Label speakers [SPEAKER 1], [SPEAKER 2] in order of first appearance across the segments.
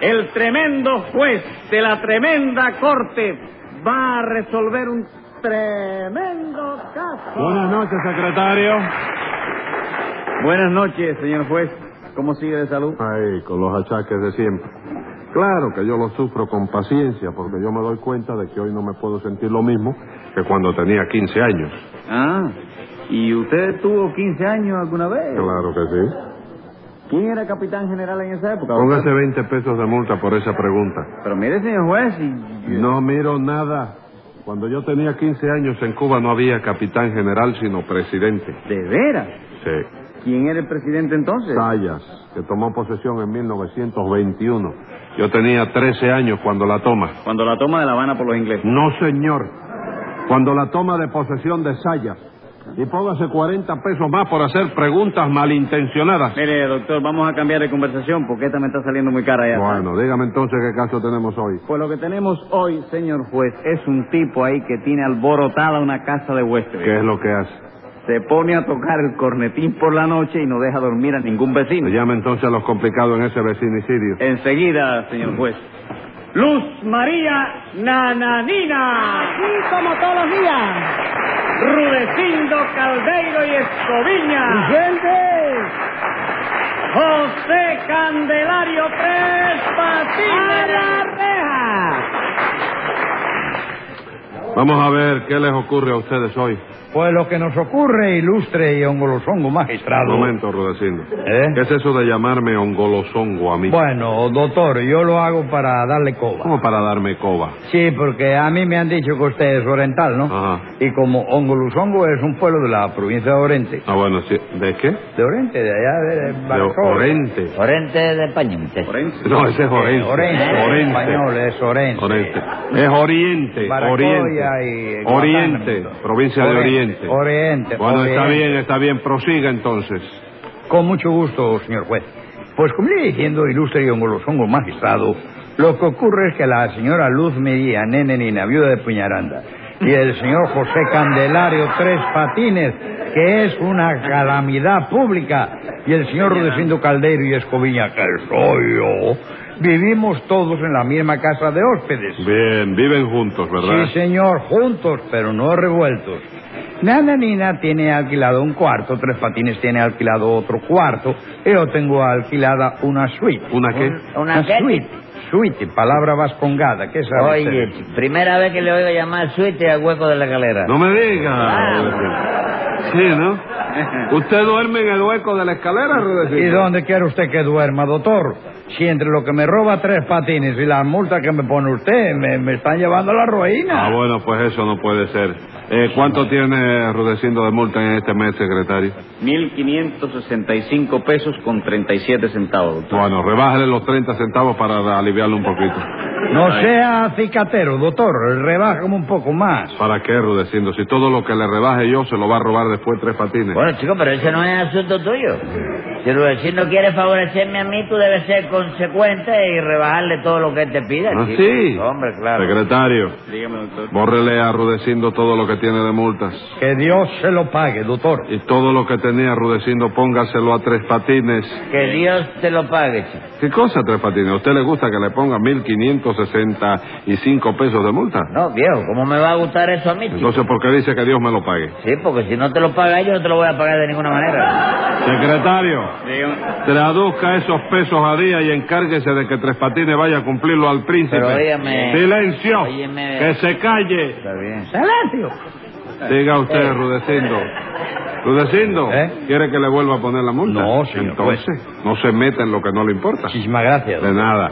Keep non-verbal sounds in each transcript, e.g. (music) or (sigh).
[SPEAKER 1] el tremendo juez de la tremenda corte va a resolver un tremendo caso.
[SPEAKER 2] Buenas noches, secretario.
[SPEAKER 1] Buenas noches, señor juez. ¿Cómo sigue de salud?
[SPEAKER 2] Ay, con los achaques de siempre. Claro que yo lo sufro con paciencia, porque yo me doy cuenta de que hoy no me puedo sentir lo mismo que cuando tenía 15 años.
[SPEAKER 1] Ah, ¿y usted tuvo 15 años alguna vez?
[SPEAKER 2] Claro que sí.
[SPEAKER 1] ¿Quién era capitán general en esa época?
[SPEAKER 2] Póngase 20 pesos de multa por esa pregunta.
[SPEAKER 1] Pero mire, señor juez, y...
[SPEAKER 2] No miro nada. Cuando yo tenía 15 años en Cuba no había capitán general, sino presidente.
[SPEAKER 1] ¿De veras?
[SPEAKER 2] Sí.
[SPEAKER 1] ¿Quién era el presidente entonces?
[SPEAKER 2] Sayas, que tomó posesión en 1921. Yo tenía 13 años cuando la toma.
[SPEAKER 1] Cuando la toma de La Habana por los ingleses.
[SPEAKER 2] No, señor. Cuando la toma de posesión de Sayas. Y póngase 40 pesos más por hacer preguntas malintencionadas.
[SPEAKER 1] Mire, doctor, vamos a cambiar de conversación porque esta me está saliendo muy cara ya.
[SPEAKER 2] Bueno, dígame entonces qué caso tenemos hoy.
[SPEAKER 1] Pues lo que tenemos hoy, señor juez, es un tipo ahí que tiene alborotada una casa de huéspedes.
[SPEAKER 2] ¿Qué es lo que hace?
[SPEAKER 1] Se pone a tocar el cornetín por la noche y no deja dormir a ningún vecino.
[SPEAKER 2] Le llama entonces a los complicados en ese vecinicidio.
[SPEAKER 1] Enseguida, señor juez. Luz María Nananina.
[SPEAKER 3] Aquí como todos los días.
[SPEAKER 1] Rudecindo Caldeiro y Escoviña.
[SPEAKER 3] ¡Gente!
[SPEAKER 1] José Candelario Tres
[SPEAKER 3] ¡A la
[SPEAKER 1] Patines.
[SPEAKER 3] reja!
[SPEAKER 2] Vamos a ver qué les ocurre a ustedes hoy.
[SPEAKER 4] Pues lo que nos ocurre, ilustre y hongolosongo
[SPEAKER 2] Un
[SPEAKER 4] magistrado.
[SPEAKER 2] momento, Rudecindo.
[SPEAKER 4] ¿Eh?
[SPEAKER 2] ¿Qué es eso de llamarme ongolosongo a mí?
[SPEAKER 4] Bueno, doctor, yo lo hago para darle coba.
[SPEAKER 2] Como para darme coba.
[SPEAKER 4] Sí, porque a mí me han dicho que usted es oriental, ¿no?
[SPEAKER 2] Ajá.
[SPEAKER 4] Y como Hongolosongo es un pueblo de la provincia de Oriente.
[SPEAKER 2] Ah, bueno, sí. ¿De qué?
[SPEAKER 4] De Oriente, de allá de, de Baracoa.
[SPEAKER 2] Orente.
[SPEAKER 5] Orente de Pañonte.
[SPEAKER 1] Forense.
[SPEAKER 2] No, ese es
[SPEAKER 4] Eh,
[SPEAKER 2] Orense.
[SPEAKER 4] Orense, en español es Orense.
[SPEAKER 2] Oriente. Es Oriente.
[SPEAKER 4] Baracoa
[SPEAKER 2] Oriente.
[SPEAKER 4] y-
[SPEAKER 2] Oriente. Provincia de Oriente.
[SPEAKER 4] Oriente.
[SPEAKER 2] Bueno, está
[SPEAKER 4] Oriente.
[SPEAKER 2] bien, está bien. Prosiga entonces.
[SPEAKER 4] Con mucho gusto, señor juez. Pues como le iba diciendo, ilustre y hongolosongo magistrado, lo que ocurre es que la señora Luz Medía, nene Nina, viuda de Puñaranda, y el señor José Candelario Tres Patines, que es una calamidad pública, y el señor Rudecindo Caldeiro y Escoviña, que soy yo, vivimos todos en la misma casa de hóspedes.
[SPEAKER 2] Bien, viven juntos, ¿verdad?
[SPEAKER 4] Sí, señor, juntos, pero no revueltos. Nana Nina tiene alquilado un cuarto, Tres Patines tiene alquilado otro cuarto, y yo tengo alquilada una suite.
[SPEAKER 2] ¿Una qué?
[SPEAKER 5] ¿Una qué?
[SPEAKER 4] suite. Suite, palabra vascongada, ¿qué sabe
[SPEAKER 5] Oye,
[SPEAKER 4] usted?
[SPEAKER 5] ch- primera vez que le oigo llamar suite al hueco de la calera.
[SPEAKER 2] No me diga.
[SPEAKER 5] Ah.
[SPEAKER 2] Sí, ¿no? ¿Usted duerme en el hueco de la escalera,
[SPEAKER 4] ¿Y
[SPEAKER 2] Rudecindo?
[SPEAKER 4] dónde quiere usted que duerma, doctor? Si entre lo que me roba Tres Patines y la multa que me pone usted, me, me están llevando a la ruina.
[SPEAKER 2] Ah, bueno, pues eso no puede ser. Eh, ¿Cuánto tiene Rudecindo de multa en este mes, secretario?
[SPEAKER 1] 1.565 pesos con 37 centavos, doctor.
[SPEAKER 2] Bueno, rebájale los 30 centavos para aliviarlo un poquito.
[SPEAKER 4] No sea cicatero, doctor, rebájame un poco más.
[SPEAKER 2] ¿Para qué, Rudecindo? Si todo lo que le rebaje yo se lo va a robar después tres patines.
[SPEAKER 5] Bueno, chico, pero ese no es asunto tuyo. Si Rudecindo no quiere favorecerme a mí, tú debes ser consecuente y rebajarle todo lo que él te pida.
[SPEAKER 2] Ah,
[SPEAKER 5] chico.
[SPEAKER 2] sí.
[SPEAKER 5] Hombre, claro.
[SPEAKER 2] Secretario,
[SPEAKER 1] Dígame, doctor.
[SPEAKER 2] bórrele a Rudecindo todo lo que tiene de multas.
[SPEAKER 4] Que Dios se lo pague, doctor.
[SPEAKER 2] Y todo lo que tenía Rudecindo, póngaselo a tres patines.
[SPEAKER 5] Que Dios te lo pague, chico.
[SPEAKER 2] ¿Qué cosa, tres patines? ¿A usted le gusta que le ponga 1.565 pesos de multa?
[SPEAKER 5] No, viejo, ¿cómo me va a gustar eso a mí, chico?
[SPEAKER 2] Entonces, ¿por qué dice que Dios me lo pague?
[SPEAKER 5] Sí, porque si no te lo paga yo no te lo voy a pagar de ninguna manera.
[SPEAKER 2] Secretario,
[SPEAKER 1] Dígame.
[SPEAKER 2] traduzca esos pesos a día y encárguese de que Tres Patines vaya a cumplirlo al príncipe.
[SPEAKER 5] Pero óyeme.
[SPEAKER 2] ¡Silencio!
[SPEAKER 5] Óyeme.
[SPEAKER 2] ¡Que se calle!
[SPEAKER 5] Está bien.
[SPEAKER 3] ¡Silencio!
[SPEAKER 2] Diga usted, Rudecindo. Rudecindo,
[SPEAKER 4] ¿Eh?
[SPEAKER 2] ¿quiere que le vuelva a poner la multa?
[SPEAKER 4] No, señor
[SPEAKER 2] Entonces, no se meta en lo que no le importa.
[SPEAKER 4] Muchísimas gracias.
[SPEAKER 2] De nada.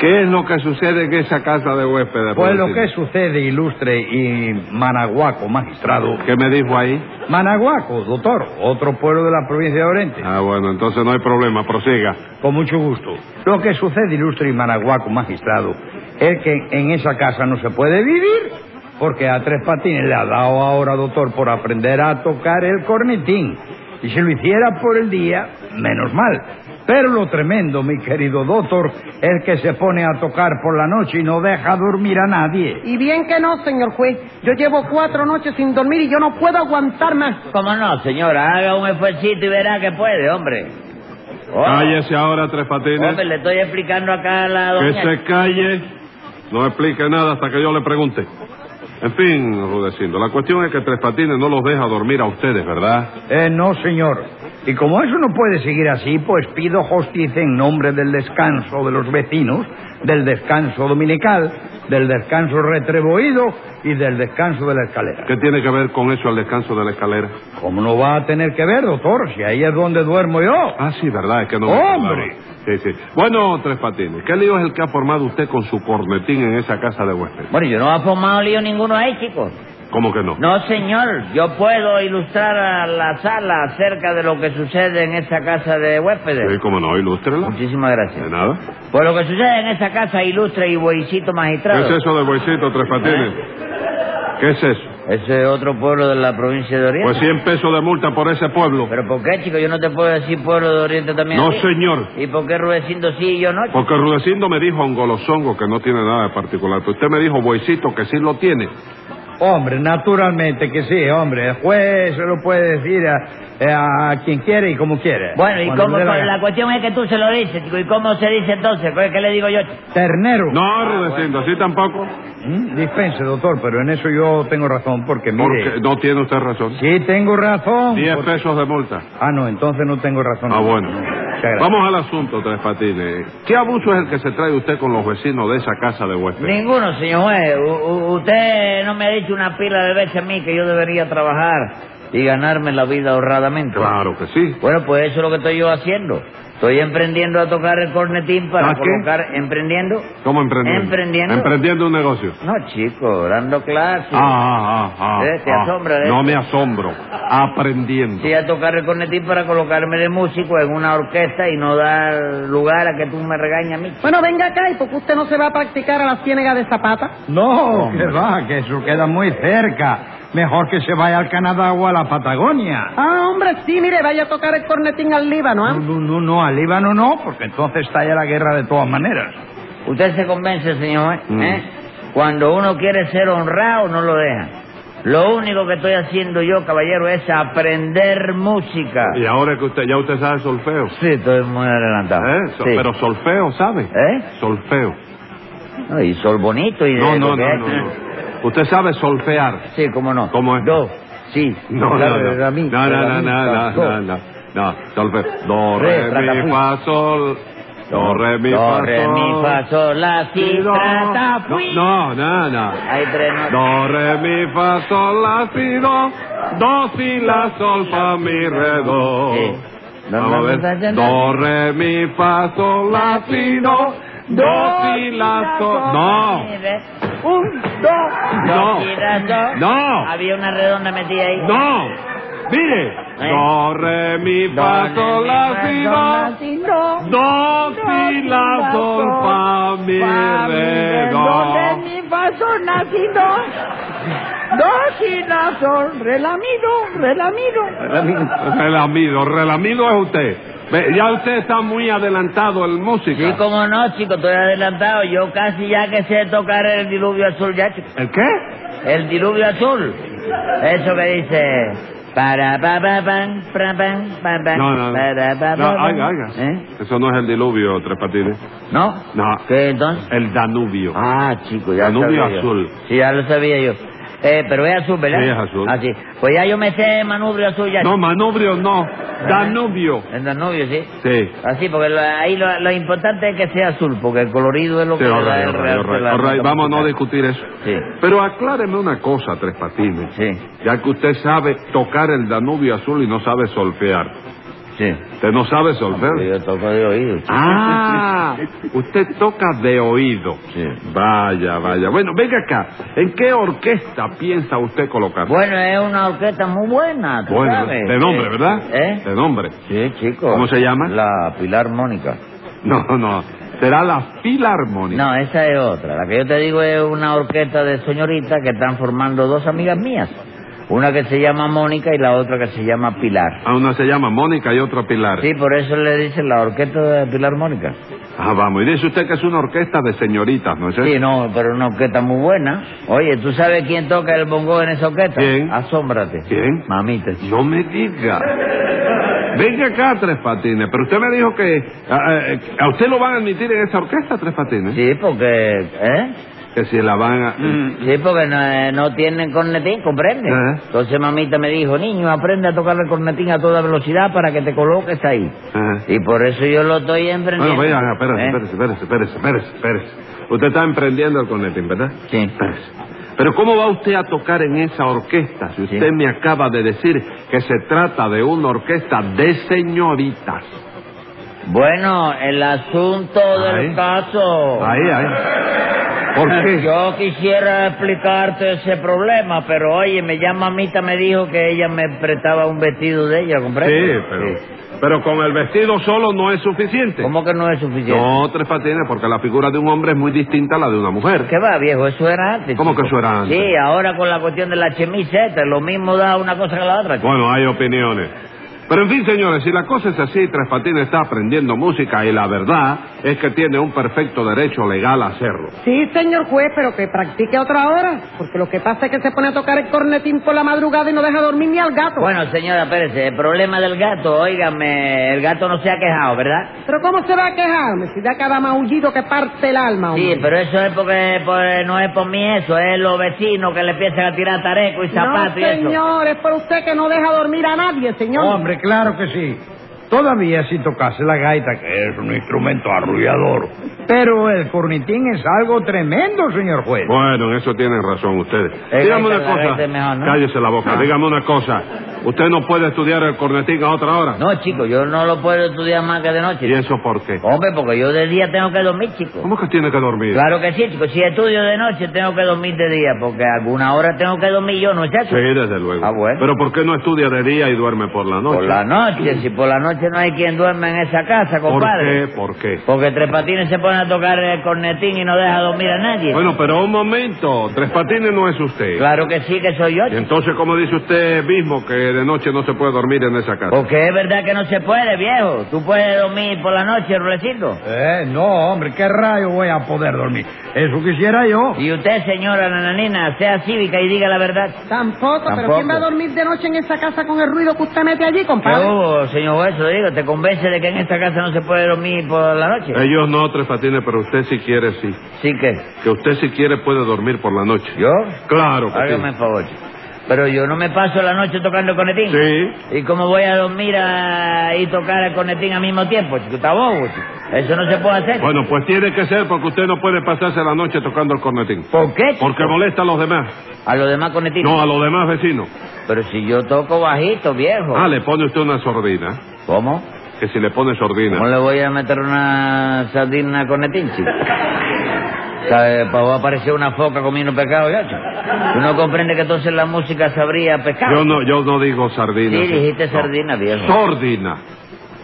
[SPEAKER 2] ¿Qué es lo que sucede en esa casa de huéspedes?
[SPEAKER 4] Pues lo que
[SPEAKER 2] Rudecindo?
[SPEAKER 4] sucede, ilustre y managuaco, magistrado.
[SPEAKER 2] ¿Qué me dijo ahí?
[SPEAKER 4] Managuaco, doctor, otro pueblo de la provincia de Oriente.
[SPEAKER 2] Ah, bueno, entonces no hay problema, prosiga.
[SPEAKER 4] Con mucho gusto. Lo que sucede, ilustre y managuaco, magistrado, es que en esa casa no se puede vivir. Porque a Tres Patines le ha dado ahora, doctor, por aprender a tocar el cornetín. Y si lo hiciera por el día, menos mal. Pero lo tremendo, mi querido doctor, es que se pone a tocar por la noche y no deja dormir a nadie.
[SPEAKER 3] Y bien que no, señor juez. Yo llevo cuatro noches sin dormir y yo no puedo aguantar más.
[SPEAKER 5] ¿Cómo no, señora? Haga un esfuerzo y verá que puede, hombre. Oh,
[SPEAKER 2] Cállese ahora, Tres Patines.
[SPEAKER 5] Hombre, le estoy explicando acá a la
[SPEAKER 2] Que
[SPEAKER 5] doña.
[SPEAKER 2] se calle, no explique nada hasta que yo le pregunte. En fin, Rudecindo, la cuestión es que Tres Patines no los deja dormir a ustedes, ¿verdad?
[SPEAKER 4] Eh, no, señor. Y como eso no puede seguir así, pues pido justicia en nombre del descanso de los vecinos, del descanso dominical, del descanso retreboído y del descanso de la escalera.
[SPEAKER 2] ¿Qué tiene que ver con eso el descanso de la escalera?
[SPEAKER 4] ¿Cómo no va a tener que ver, doctor? Si ahí es donde duermo yo.
[SPEAKER 2] Ah, sí, ¿verdad? Es que no me
[SPEAKER 4] ¡Hombre!
[SPEAKER 2] acordaba. Sí, sí. Bueno, Tres Patines, ¿qué lío es el que ha formado usted con su cornetín en esa casa de huéspedes?
[SPEAKER 5] Bueno, yo no he formado lío ninguno ahí, chicos.
[SPEAKER 2] ¿Cómo que no?
[SPEAKER 5] No, señor, yo puedo ilustrar a la sala acerca de lo que sucede en esa casa de
[SPEAKER 2] Sí,
[SPEAKER 5] huéspedes.
[SPEAKER 2] ¿Cómo no? Ilústrela.
[SPEAKER 5] Muchísimas
[SPEAKER 2] De
[SPEAKER 5] gracias.
[SPEAKER 2] nada.
[SPEAKER 5] Por lo que sucede en esa casa, ilustre y boicito
[SPEAKER 2] ¿Qué
[SPEAKER 5] magistrado.
[SPEAKER 2] es eso de Boisito, Tres Patines? ¿Qué es eso?
[SPEAKER 5] ¿Eh? Ese es otro pueblo de la provincia de Oriente.
[SPEAKER 2] Pues 100 pesos de multa por ese pueblo.
[SPEAKER 5] ¿Pero por qué, chico? Yo no te puedo decir pueblo de Oriente también.
[SPEAKER 2] No,
[SPEAKER 5] a ti.
[SPEAKER 2] señor.
[SPEAKER 5] ¿Y por qué Rudecindo sí y yo no? chico?
[SPEAKER 2] Porque Rudecindo me dijo angolosongo que no tiene nada de particular. Pero usted me dijo Boisito que sí lo tiene.
[SPEAKER 4] Hombre, naturalmente que sí, hombre. El juez se lo puede decir a, a quien quiere y como quiere.
[SPEAKER 5] Bueno, ¿y
[SPEAKER 4] Cuando
[SPEAKER 5] cómo?
[SPEAKER 4] le dé la
[SPEAKER 5] pues,
[SPEAKER 4] gana.
[SPEAKER 5] la cuestión es que tú se lo dices, chico. ¿Y cómo se dice entonces? ¿Qué, qué le digo yo? chico?
[SPEAKER 4] Ternero.
[SPEAKER 5] Ah,
[SPEAKER 2] No, Rudecindo, así tampoco.
[SPEAKER 4] Mm, Dispense, doctor, pero en eso yo tengo razón, porque mire...
[SPEAKER 2] Porque no tiene usted razón.
[SPEAKER 4] Sí, tengo razón.
[SPEAKER 2] 10
[SPEAKER 4] porque-
[SPEAKER 2] pesos de multa.
[SPEAKER 4] Ah, no, entonces no tengo razón.
[SPEAKER 2] Ah, bueno.
[SPEAKER 4] Muchas gracias.
[SPEAKER 2] Vamos al asunto, Tres Patines. ¿Qué abuso es el que se trae usted con los vecinos de esa casa de huéspedes?
[SPEAKER 5] Ninguno, señor juez. U- u- usted no me ha dicho una pila de veces a mí que yo debería trabajar y ganarme la vida ahorradamente.
[SPEAKER 2] Claro que sí.
[SPEAKER 5] Bueno, pues eso es lo que estoy yo haciendo. Estoy emprendiendo a tocar el cornetín
[SPEAKER 2] ¿A
[SPEAKER 5] para
[SPEAKER 2] qué?
[SPEAKER 5] colocar... ¿Emprendiendo?
[SPEAKER 2] ¿Cómo emprendiendo?
[SPEAKER 5] ¿Emprendiendo?
[SPEAKER 2] Emprendiendo un negocio.
[SPEAKER 5] No, chico, dando clases.
[SPEAKER 2] Ah, ah, ah, ah,
[SPEAKER 5] Eh, te
[SPEAKER 2] ah.
[SPEAKER 5] asombra de
[SPEAKER 2] No
[SPEAKER 5] esto.
[SPEAKER 2] me asombro. Aprendiendo.
[SPEAKER 5] Sí, a tocar el cornetín para colocarme de músico en una orquesta y no dar lugar a que tú me regañes a mí.
[SPEAKER 3] Bueno, venga acá, ¿y por qué usted no se va a practicar a la ciénega de Zapata?
[SPEAKER 4] No,
[SPEAKER 2] Hombre.
[SPEAKER 4] que va, que eso queda muy cerca. Mejor que se vaya al Canadá o a la Patagonia.
[SPEAKER 3] Ah, hombre, sí, mire, vaya a tocar el cornetín al Líbano,
[SPEAKER 4] No,
[SPEAKER 3] ¿ah?
[SPEAKER 4] no, no, no, al Líbano no, porque entonces estalla la guerra de todas maneras.
[SPEAKER 5] Usted se convence, señor, ¿eh?
[SPEAKER 2] Mm.
[SPEAKER 5] ¿Eh? Cuando uno quiere ser honrado, no lo deja. Lo único que estoy haciendo yo, caballero, es aprender música.
[SPEAKER 2] Y ahora que usted ya usted sabe solfeo.
[SPEAKER 5] Sí, estoy muy adelantado.
[SPEAKER 2] ¿Eh? So-
[SPEAKER 5] Sí.
[SPEAKER 2] Pero solfeo, ¿sabe?
[SPEAKER 5] ¿Eh?
[SPEAKER 2] Solfeo.
[SPEAKER 5] No, y sol bonito y de
[SPEAKER 2] No, no,
[SPEAKER 5] lo que
[SPEAKER 2] no,
[SPEAKER 5] es.
[SPEAKER 2] no, no. Usted sabe solfear.
[SPEAKER 5] Sí, cómo no.
[SPEAKER 2] ¿Cómo es?
[SPEAKER 5] Do, sí.
[SPEAKER 2] No, no,
[SPEAKER 5] la-
[SPEAKER 2] no.
[SPEAKER 5] la mi,
[SPEAKER 2] No,
[SPEAKER 5] la
[SPEAKER 2] no, no,
[SPEAKER 5] mi,
[SPEAKER 2] no,
[SPEAKER 5] do.
[SPEAKER 2] no, no, no. Solfeo. Do,
[SPEAKER 5] Re,
[SPEAKER 2] re,
[SPEAKER 5] tra, ta,
[SPEAKER 2] mi,
[SPEAKER 5] fui.
[SPEAKER 2] fa, sol. Do, re, mi, fa,
[SPEAKER 5] Do, re, mi, fa, sol, la, si,
[SPEAKER 2] do.
[SPEAKER 5] tra, ta, fui.
[SPEAKER 2] No, no, no.
[SPEAKER 5] Hay tres notas.
[SPEAKER 2] Do, re, mi, fa, sol, la, si, do. Do, si, la, sol, fa, mi, re, do.
[SPEAKER 5] Sí.
[SPEAKER 2] Vamos a ver. Do, re, mi, fa, sol, la, si, do. Do, si, la, sol. No.
[SPEAKER 5] Un, dos,
[SPEAKER 2] No.
[SPEAKER 5] dos, y las dos.
[SPEAKER 2] No.
[SPEAKER 5] Había una redonda metida ahí.
[SPEAKER 2] No, mire.
[SPEAKER 5] ¿Eh?
[SPEAKER 2] Do, re, mi, fa, sol, la, si, do. Do, si, la, sol, fa, mi, re, do.
[SPEAKER 3] mi paso nacido? Dos y la sol, relamido, relamido.
[SPEAKER 2] Relamido, relamido es usted. Ve, Ya usted está muy adelantado en música.
[SPEAKER 5] Sí, como no, chico, estoy adelantado. Yo casi ya que sé tocar el diluvio azul ya, chico.
[SPEAKER 2] ¿El qué?
[SPEAKER 5] El diluvio azul. Eso que dice... Para pa pa pan, pra, pan, pa, pan,
[SPEAKER 2] No, no,
[SPEAKER 5] para,
[SPEAKER 2] no.
[SPEAKER 5] pa,
[SPEAKER 2] No,
[SPEAKER 5] pa, pan.
[SPEAKER 2] oiga, oiga.
[SPEAKER 5] ¿Eh?
[SPEAKER 2] Eso no es el diluvio, Tres Patines.
[SPEAKER 5] ¿No?
[SPEAKER 2] No,
[SPEAKER 5] ¿Qué entonces?
[SPEAKER 2] el Danubio.
[SPEAKER 5] Ah, chico, ya
[SPEAKER 2] Danubio
[SPEAKER 5] sabía yo.
[SPEAKER 2] azul.
[SPEAKER 5] Sí, ya lo sabía yo. Eh, pero es azul, ¿verdad?
[SPEAKER 2] Sí, es azul.
[SPEAKER 5] Ah, sí. Pues ya yo me sé manubrio azul ya.
[SPEAKER 2] No, manubrio no. Danubio.
[SPEAKER 5] El Danubio, sí.
[SPEAKER 2] Sí.
[SPEAKER 5] Así, porque lo- ahí lo, lo importante es que sea azul, porque el colorido es lo
[SPEAKER 2] Sí,
[SPEAKER 5] que
[SPEAKER 2] all
[SPEAKER 5] le da
[SPEAKER 2] right,
[SPEAKER 5] el
[SPEAKER 2] all right,
[SPEAKER 5] realce
[SPEAKER 2] all right,
[SPEAKER 5] a la
[SPEAKER 2] all right.
[SPEAKER 5] nota
[SPEAKER 2] Vamos a no
[SPEAKER 5] musical.
[SPEAKER 2] discutir eso.
[SPEAKER 5] Sí.
[SPEAKER 2] Pero acláreme una cosa, Tres Patines.
[SPEAKER 5] Sí,
[SPEAKER 2] Ya que usted sabe tocar el Danubio Azul y no sabe solfear.
[SPEAKER 5] sí.
[SPEAKER 2] Usted no sabe
[SPEAKER 5] Porque
[SPEAKER 2] solfear.
[SPEAKER 5] Yo toco de oído. chico.
[SPEAKER 2] Ah, usted toca de oído.
[SPEAKER 5] Sí.
[SPEAKER 2] Vaya, vaya. Bueno, venga acá. ¿En qué orquesta piensa usted colocar?
[SPEAKER 5] Bueno, es una orquesta muy buena, ¿tú
[SPEAKER 2] Bueno,
[SPEAKER 5] sabes?
[SPEAKER 2] de nombre,
[SPEAKER 5] Eh,
[SPEAKER 2] ¿verdad?
[SPEAKER 5] ¿Eh?
[SPEAKER 2] De nombre.
[SPEAKER 5] Sí, chico.
[SPEAKER 2] ¿Cómo se llama?
[SPEAKER 5] La Pilar Mónica.
[SPEAKER 2] No, no. Será la Filarmónica.
[SPEAKER 5] No, esa es otra. La que yo te digo es una orquesta de señoritas que están formando dos amigas mías. Una que se llama Mónica y la otra que se llama Pilar.
[SPEAKER 2] A Ah, una se llama Mónica y otra Pilar.
[SPEAKER 5] Sí, por eso le dicen la orquesta de Pilar Mónica.
[SPEAKER 2] Ah, vamos. Y dice usted que es una orquesta de señoritas, ¿no es eso?
[SPEAKER 5] Sí, no, pero una orquesta muy buena. Oye, ¿tú sabes quién toca el bongo en esa orquesta?
[SPEAKER 2] ¿Quién?
[SPEAKER 5] Asómbrate.
[SPEAKER 2] ¿Quién?
[SPEAKER 5] Mamita.
[SPEAKER 2] No me diga. Venga acá, Tres Patines, pero usted me dijo que a, a- a usted lo van a admitir en esa orquesta, Tres Patines.
[SPEAKER 5] Sí, Mm. porque... ¿Eh?
[SPEAKER 2] Que si la van a...
[SPEAKER 5] Sí, porque no, eh, no tienen cornetín, comprende.
[SPEAKER 2] Mm. Ajá.
[SPEAKER 5] Entonces mamita me dijo, niño, aprende a tocar el cornetín a toda velocidad para que te coloques ahí.
[SPEAKER 2] Ajá.
[SPEAKER 5] Y por eso yo lo estoy emprendiendo.
[SPEAKER 2] Bueno, venga, venga,
[SPEAKER 5] ¿Eh?
[SPEAKER 2] espérese, espérese, espérese, espérese, espérese. Usted está emprendiendo el cornetín, ¿verdad?
[SPEAKER 5] Sí.
[SPEAKER 2] Espérese. Pero ¿cómo va usted a tocar en esa orquesta si usted
[SPEAKER 5] Sí.
[SPEAKER 2] me acaba de decir que se trata de una orquesta de señoritas?
[SPEAKER 5] Bueno, el asunto
[SPEAKER 2] Ahí.
[SPEAKER 5] del caso...
[SPEAKER 2] Ahí, ahí. ¿Por qué?
[SPEAKER 5] Ah, (laughs) Yo quisiera explicarte ese problema, pero oye, me llama mamita, me dijo que ella me prestaba un vestido de ella, comprende.
[SPEAKER 2] Sí, pero, pero con el vestido solo no es suficiente.
[SPEAKER 5] ¿Cómo que no es suficiente?
[SPEAKER 2] No, Tres Patines, porque la figura de un hombre es muy distinta a la de una mujer.
[SPEAKER 5] ¿Qué va, viejo? Eso era antes.
[SPEAKER 2] ¿Cómo
[SPEAKER 5] chico.
[SPEAKER 2] que eso era antes?
[SPEAKER 5] Sí, ahora con la cuestión de la chemiseta, lo mismo da una cosa que la otra. chico.
[SPEAKER 2] Bueno, hay opiniones. Pero en fin, señores, si la cosa es así, Tres Patines está aprendiendo música y la verdad es que tiene un perfecto derecho legal a hacerlo.
[SPEAKER 6] Sí, señor juez, pero que practique a otra hora, porque lo que pasa es que se pone a tocar el cornetín por la madrugada y no deja dormir ni al gato.
[SPEAKER 5] Bueno, señora Pérez, el problema del gato, óigame, el gato no se ha quejado, ¿verdad?
[SPEAKER 6] Pero ¿cómo se va a quejarme si da cada maullido que parte el alma?
[SPEAKER 5] Sí,
[SPEAKER 6] hombre?
[SPEAKER 5] pero eso es porque, porque no es por mí eso, es los vecinos que le empiezan a tirar tareco y
[SPEAKER 6] no,
[SPEAKER 5] zapatos y eso.
[SPEAKER 6] señor, es por usted que no deja dormir a nadie, señor.
[SPEAKER 4] Hombre, claro que sí. Todavía si tocase la gaita, que es un instrumento arrullador. Pero el cornitín es algo tremendo, señor juez.
[SPEAKER 2] Bueno, en eso tienen razón ustedes.
[SPEAKER 5] Eh,
[SPEAKER 2] Dígame
[SPEAKER 5] cállate,
[SPEAKER 2] una cosa.
[SPEAKER 5] cállate mejor, ¿no?
[SPEAKER 2] Cállese la boca. Dígame una cosa. ¿Usted no puede estudiar el cornetín a otra hora?
[SPEAKER 5] No, chico, yo no lo puedo estudiar más que de noche.
[SPEAKER 2] ¿Y eso por qué?
[SPEAKER 5] Hombre, porque yo de día tengo que dormir, chico.
[SPEAKER 2] ¿Cómo que tiene que dormir?
[SPEAKER 5] Oh. Claro que sí, chico. Si estudio de noche, tengo que dormir de día, porque alguna hora tengo que dormir yo, ¿no es
[SPEAKER 2] Sí,
[SPEAKER 5] eso?
[SPEAKER 2] desde luego.
[SPEAKER 5] Ah, bueno.
[SPEAKER 2] Pero ¿por qué no estudia de día y duerme por la noche?
[SPEAKER 5] Por la noche, si por la noche no hay quien duerma en esa casa,
[SPEAKER 2] ¿Por
[SPEAKER 5] compadre.
[SPEAKER 2] qué? ¿Por qué?
[SPEAKER 5] Porque Tres Patines se pone a tocar el cornetín y no deja dormir a nadie.
[SPEAKER 2] Bueno, pero un momento. Tres Patines no es usted.
[SPEAKER 5] Claro que sí que soy yo,
[SPEAKER 2] Y
[SPEAKER 5] chico.
[SPEAKER 2] entonces, ¿cómo dice usted mismo que de noche no se puede dormir en esa casa?
[SPEAKER 5] Porque es verdad que no se puede, viejo. Tú puedes dormir por la noche, Rulecito.
[SPEAKER 4] Eh, no, hombre, ¿qué rayo voy a poder dormir? Eso quisiera yo.
[SPEAKER 5] Y usted, señora Nananina, sea cívica y diga la verdad.
[SPEAKER 6] Tampoco,
[SPEAKER 5] Tampoco.
[SPEAKER 6] pero ¿quién va a dormir de noche en esa casa con el ruido que usted mete allí,
[SPEAKER 2] Ah.
[SPEAKER 5] ¿Qué
[SPEAKER 6] compadre?
[SPEAKER 5] hubo, señor juez? Lo Digo, ¿te convence de que en esta casa no se puede dormir por la noche?
[SPEAKER 2] Ellos no, Tres Patines, pero usted si quiere, sí.
[SPEAKER 5] Sí que,
[SPEAKER 2] Que usted si quiere puede dormir por la noche.
[SPEAKER 5] ¿yo?
[SPEAKER 2] Claro que
[SPEAKER 5] Hágame
[SPEAKER 2] sí.
[SPEAKER 5] el favor. chico. Pero yo no me paso la noche tocando conetín.
[SPEAKER 2] Sí.
[SPEAKER 5] ¿Y cómo voy a dormir a... y tocar el conetín al mismo tiempo, chico? Está bobo, chico. Eso no se puede hacer.
[SPEAKER 2] Bueno, pues tiene que ser porque usted no puede pasarse la noche tocando el cornetín.
[SPEAKER 5] ¿Por qué? chico?
[SPEAKER 2] Porque molesta a los demás.
[SPEAKER 5] A los demás conetinos.
[SPEAKER 2] No, a los demás vecinos.
[SPEAKER 5] Pero si yo toco bajito, viejo.
[SPEAKER 2] Ah, le pone usted una sordina.
[SPEAKER 5] ¿Cómo?
[SPEAKER 2] Que si le pone
[SPEAKER 5] ¿Cómo
[SPEAKER 2] sordina.
[SPEAKER 5] le voy a meter una sardina al conetín, chico? ¿Sabe? Pa- Va a aparecer una foca comiendo pescado ya, chico. ¿Tú no comprendes que entonces la música sabría pescado?
[SPEAKER 2] Yo no, yo no digo sardina.
[SPEAKER 5] Sí, dijiste
[SPEAKER 2] No.
[SPEAKER 5] sardina, viejo.
[SPEAKER 2] Sordina.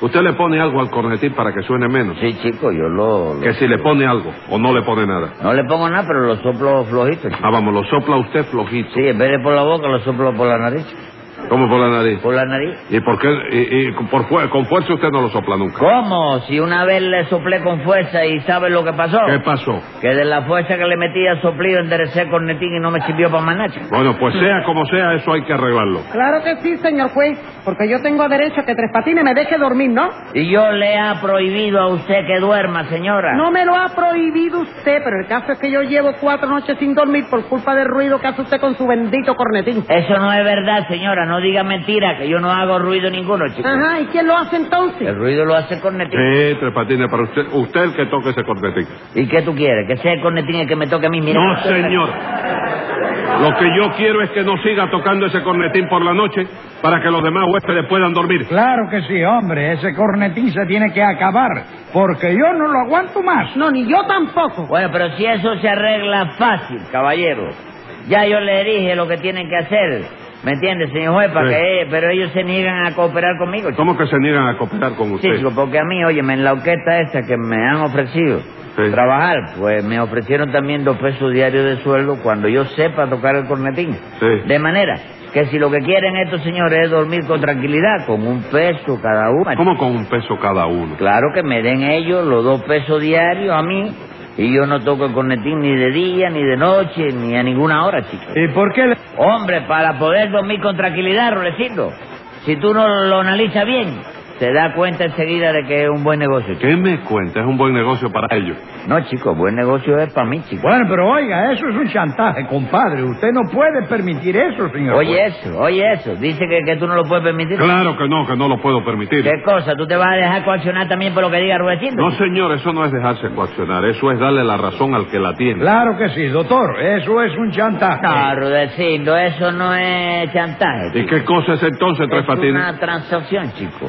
[SPEAKER 2] Usted le pone algo al cornetín para que suene menos.
[SPEAKER 5] Sí, chico, yo lo... lo-
[SPEAKER 2] Que si le pone algo o no le pone nada.
[SPEAKER 5] No le pongo nada, pero lo soplo flojito, chico.
[SPEAKER 2] Ah, vamos, lo sopla usted flojito.
[SPEAKER 5] Sí, en vez de por la boca, lo soplo por la nariz, chico.
[SPEAKER 2] ¿Cómo por la nariz?
[SPEAKER 5] Por la nariz.
[SPEAKER 2] ¿Y por qué? Y, y por fu- con fuerza usted no lo sopla nunca.
[SPEAKER 5] ¿Cómo? Si una vez le soplé con fuerza y ¿sabes lo que pasó?
[SPEAKER 2] ¿Qué pasó?
[SPEAKER 5] Que de la fuerza que le metía soplido enderecé el cornetín y no me sirvió para más nada, chico.
[SPEAKER 2] Bueno, pues sea como sea, eso hay que arreglarlo.
[SPEAKER 6] Claro que sí, señor juez, porque yo tengo derecho a que Tres Patines me deje dormir, ¿no?
[SPEAKER 5] Y yo le ha prohibido a usted que duerma, señora.
[SPEAKER 6] No me lo ha prohibido usted, pero el caso es que yo llevo cuatro noches sin dormir por culpa del ruido que hace usted con su bendito cornetín.
[SPEAKER 5] Eso no es verdad, señora. No diga mentira, que yo no hago ruido ninguno, chico.
[SPEAKER 6] Ajá, ¿y quién lo hace entonces?
[SPEAKER 5] El ruido lo hace el
[SPEAKER 2] Sí,
[SPEAKER 5] cornetín.
[SPEAKER 2] Tres Patines, para usted, usted el que toque ese cornetín.
[SPEAKER 5] ¿Y qué tú quieres? ¿Que sea el cornetín el que me toque a mí? Mira,
[SPEAKER 2] No, señor. Lo que yo quiero es que no siga tocando ese cornetín por la noche para que los demás huéspedes puedan dormir.
[SPEAKER 4] Claro que sí, hombre, ese cornetín se tiene que acabar, porque yo no lo aguanto más.
[SPEAKER 6] No, ni yo tampoco.
[SPEAKER 5] Bueno, pero si eso se arregla fácil, caballero. Ya yo le dije lo que tienen que hacer. ¿Me entiende, señor juez? Para
[SPEAKER 2] Sí.
[SPEAKER 5] que- eh, pero ellos se niegan a cooperar conmigo, chico.
[SPEAKER 2] ¿Cómo que se niegan a cooperar con
[SPEAKER 5] Sí,
[SPEAKER 2] usted?
[SPEAKER 5] chico, porque a mí, óyeme, en la orquesta esa que me han ofrecido
[SPEAKER 2] Sí.
[SPEAKER 5] trabajar, pues me ofrecieron también dos pesos diarios de sueldo cuando yo sepa tocar el cornetín.
[SPEAKER 2] Sí.
[SPEAKER 5] De manera que si lo que quieren estos señores es dormir con tranquilidad, con un peso cada uno.
[SPEAKER 2] ¿Cómo con un peso cada uno?
[SPEAKER 5] Claro que me den ellos los dos pesos diarios a mí y yo no toco el cornetín ni de día, ni de noche, ni a ninguna hora, chico.
[SPEAKER 4] ¿Y por qué le...
[SPEAKER 5] Hombre, para poder dormir con tranquilidad, Rolecito. Si tú no lo analizas bien, te das cuenta enseguida de que es un buen negocio. chico.
[SPEAKER 2] ¿Qué me cuenta? Es un buen negocio para ellos.
[SPEAKER 5] No, chico, buen negocio es para mí, chico.
[SPEAKER 4] Bueno, pero oiga, eso es un chantaje, compadre. Usted no puede permitir eso, señor.
[SPEAKER 5] Oye eso, oye eso. Dice que, que tú no lo puedes permitir.
[SPEAKER 2] Claro que no, que no lo puedo permitir.
[SPEAKER 5] ¿Qué cosa? ¿Tú te vas a dejar coaccionar también por lo que diga Rudecindo?
[SPEAKER 2] No, señor, eso no es dejarse coaccionar, eso es darle la razón al que la tiene.
[SPEAKER 4] Claro que sí, doctor. Eso es un chantaje.
[SPEAKER 5] No, Rudecindo, eso no es chantaje.
[SPEAKER 2] ¿Y
[SPEAKER 5] chico.
[SPEAKER 2] qué cosa es entonces, Tres
[SPEAKER 5] Es
[SPEAKER 2] Patines?
[SPEAKER 5] una transacción, chico.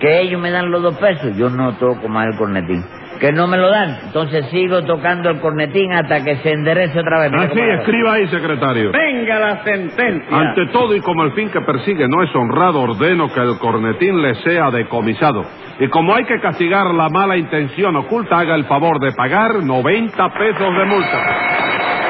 [SPEAKER 5] Que ellos me dan los dos pesos, yo no toco más el cornetín. Que no me lo dan, entonces sigo tocando el cornetín hasta que se enderece otra vez. Mira
[SPEAKER 2] Así,
[SPEAKER 5] cómo lo hago.
[SPEAKER 2] escriba ahí, secretario.
[SPEAKER 1] Venga la sentencia.
[SPEAKER 2] Ante todo y como el fin que persigue no es honrado, ordeno que el cornetín le sea decomisado. Y como hay que castigar la mala intención oculta, haga el favor de pagar 90 pesos de multa.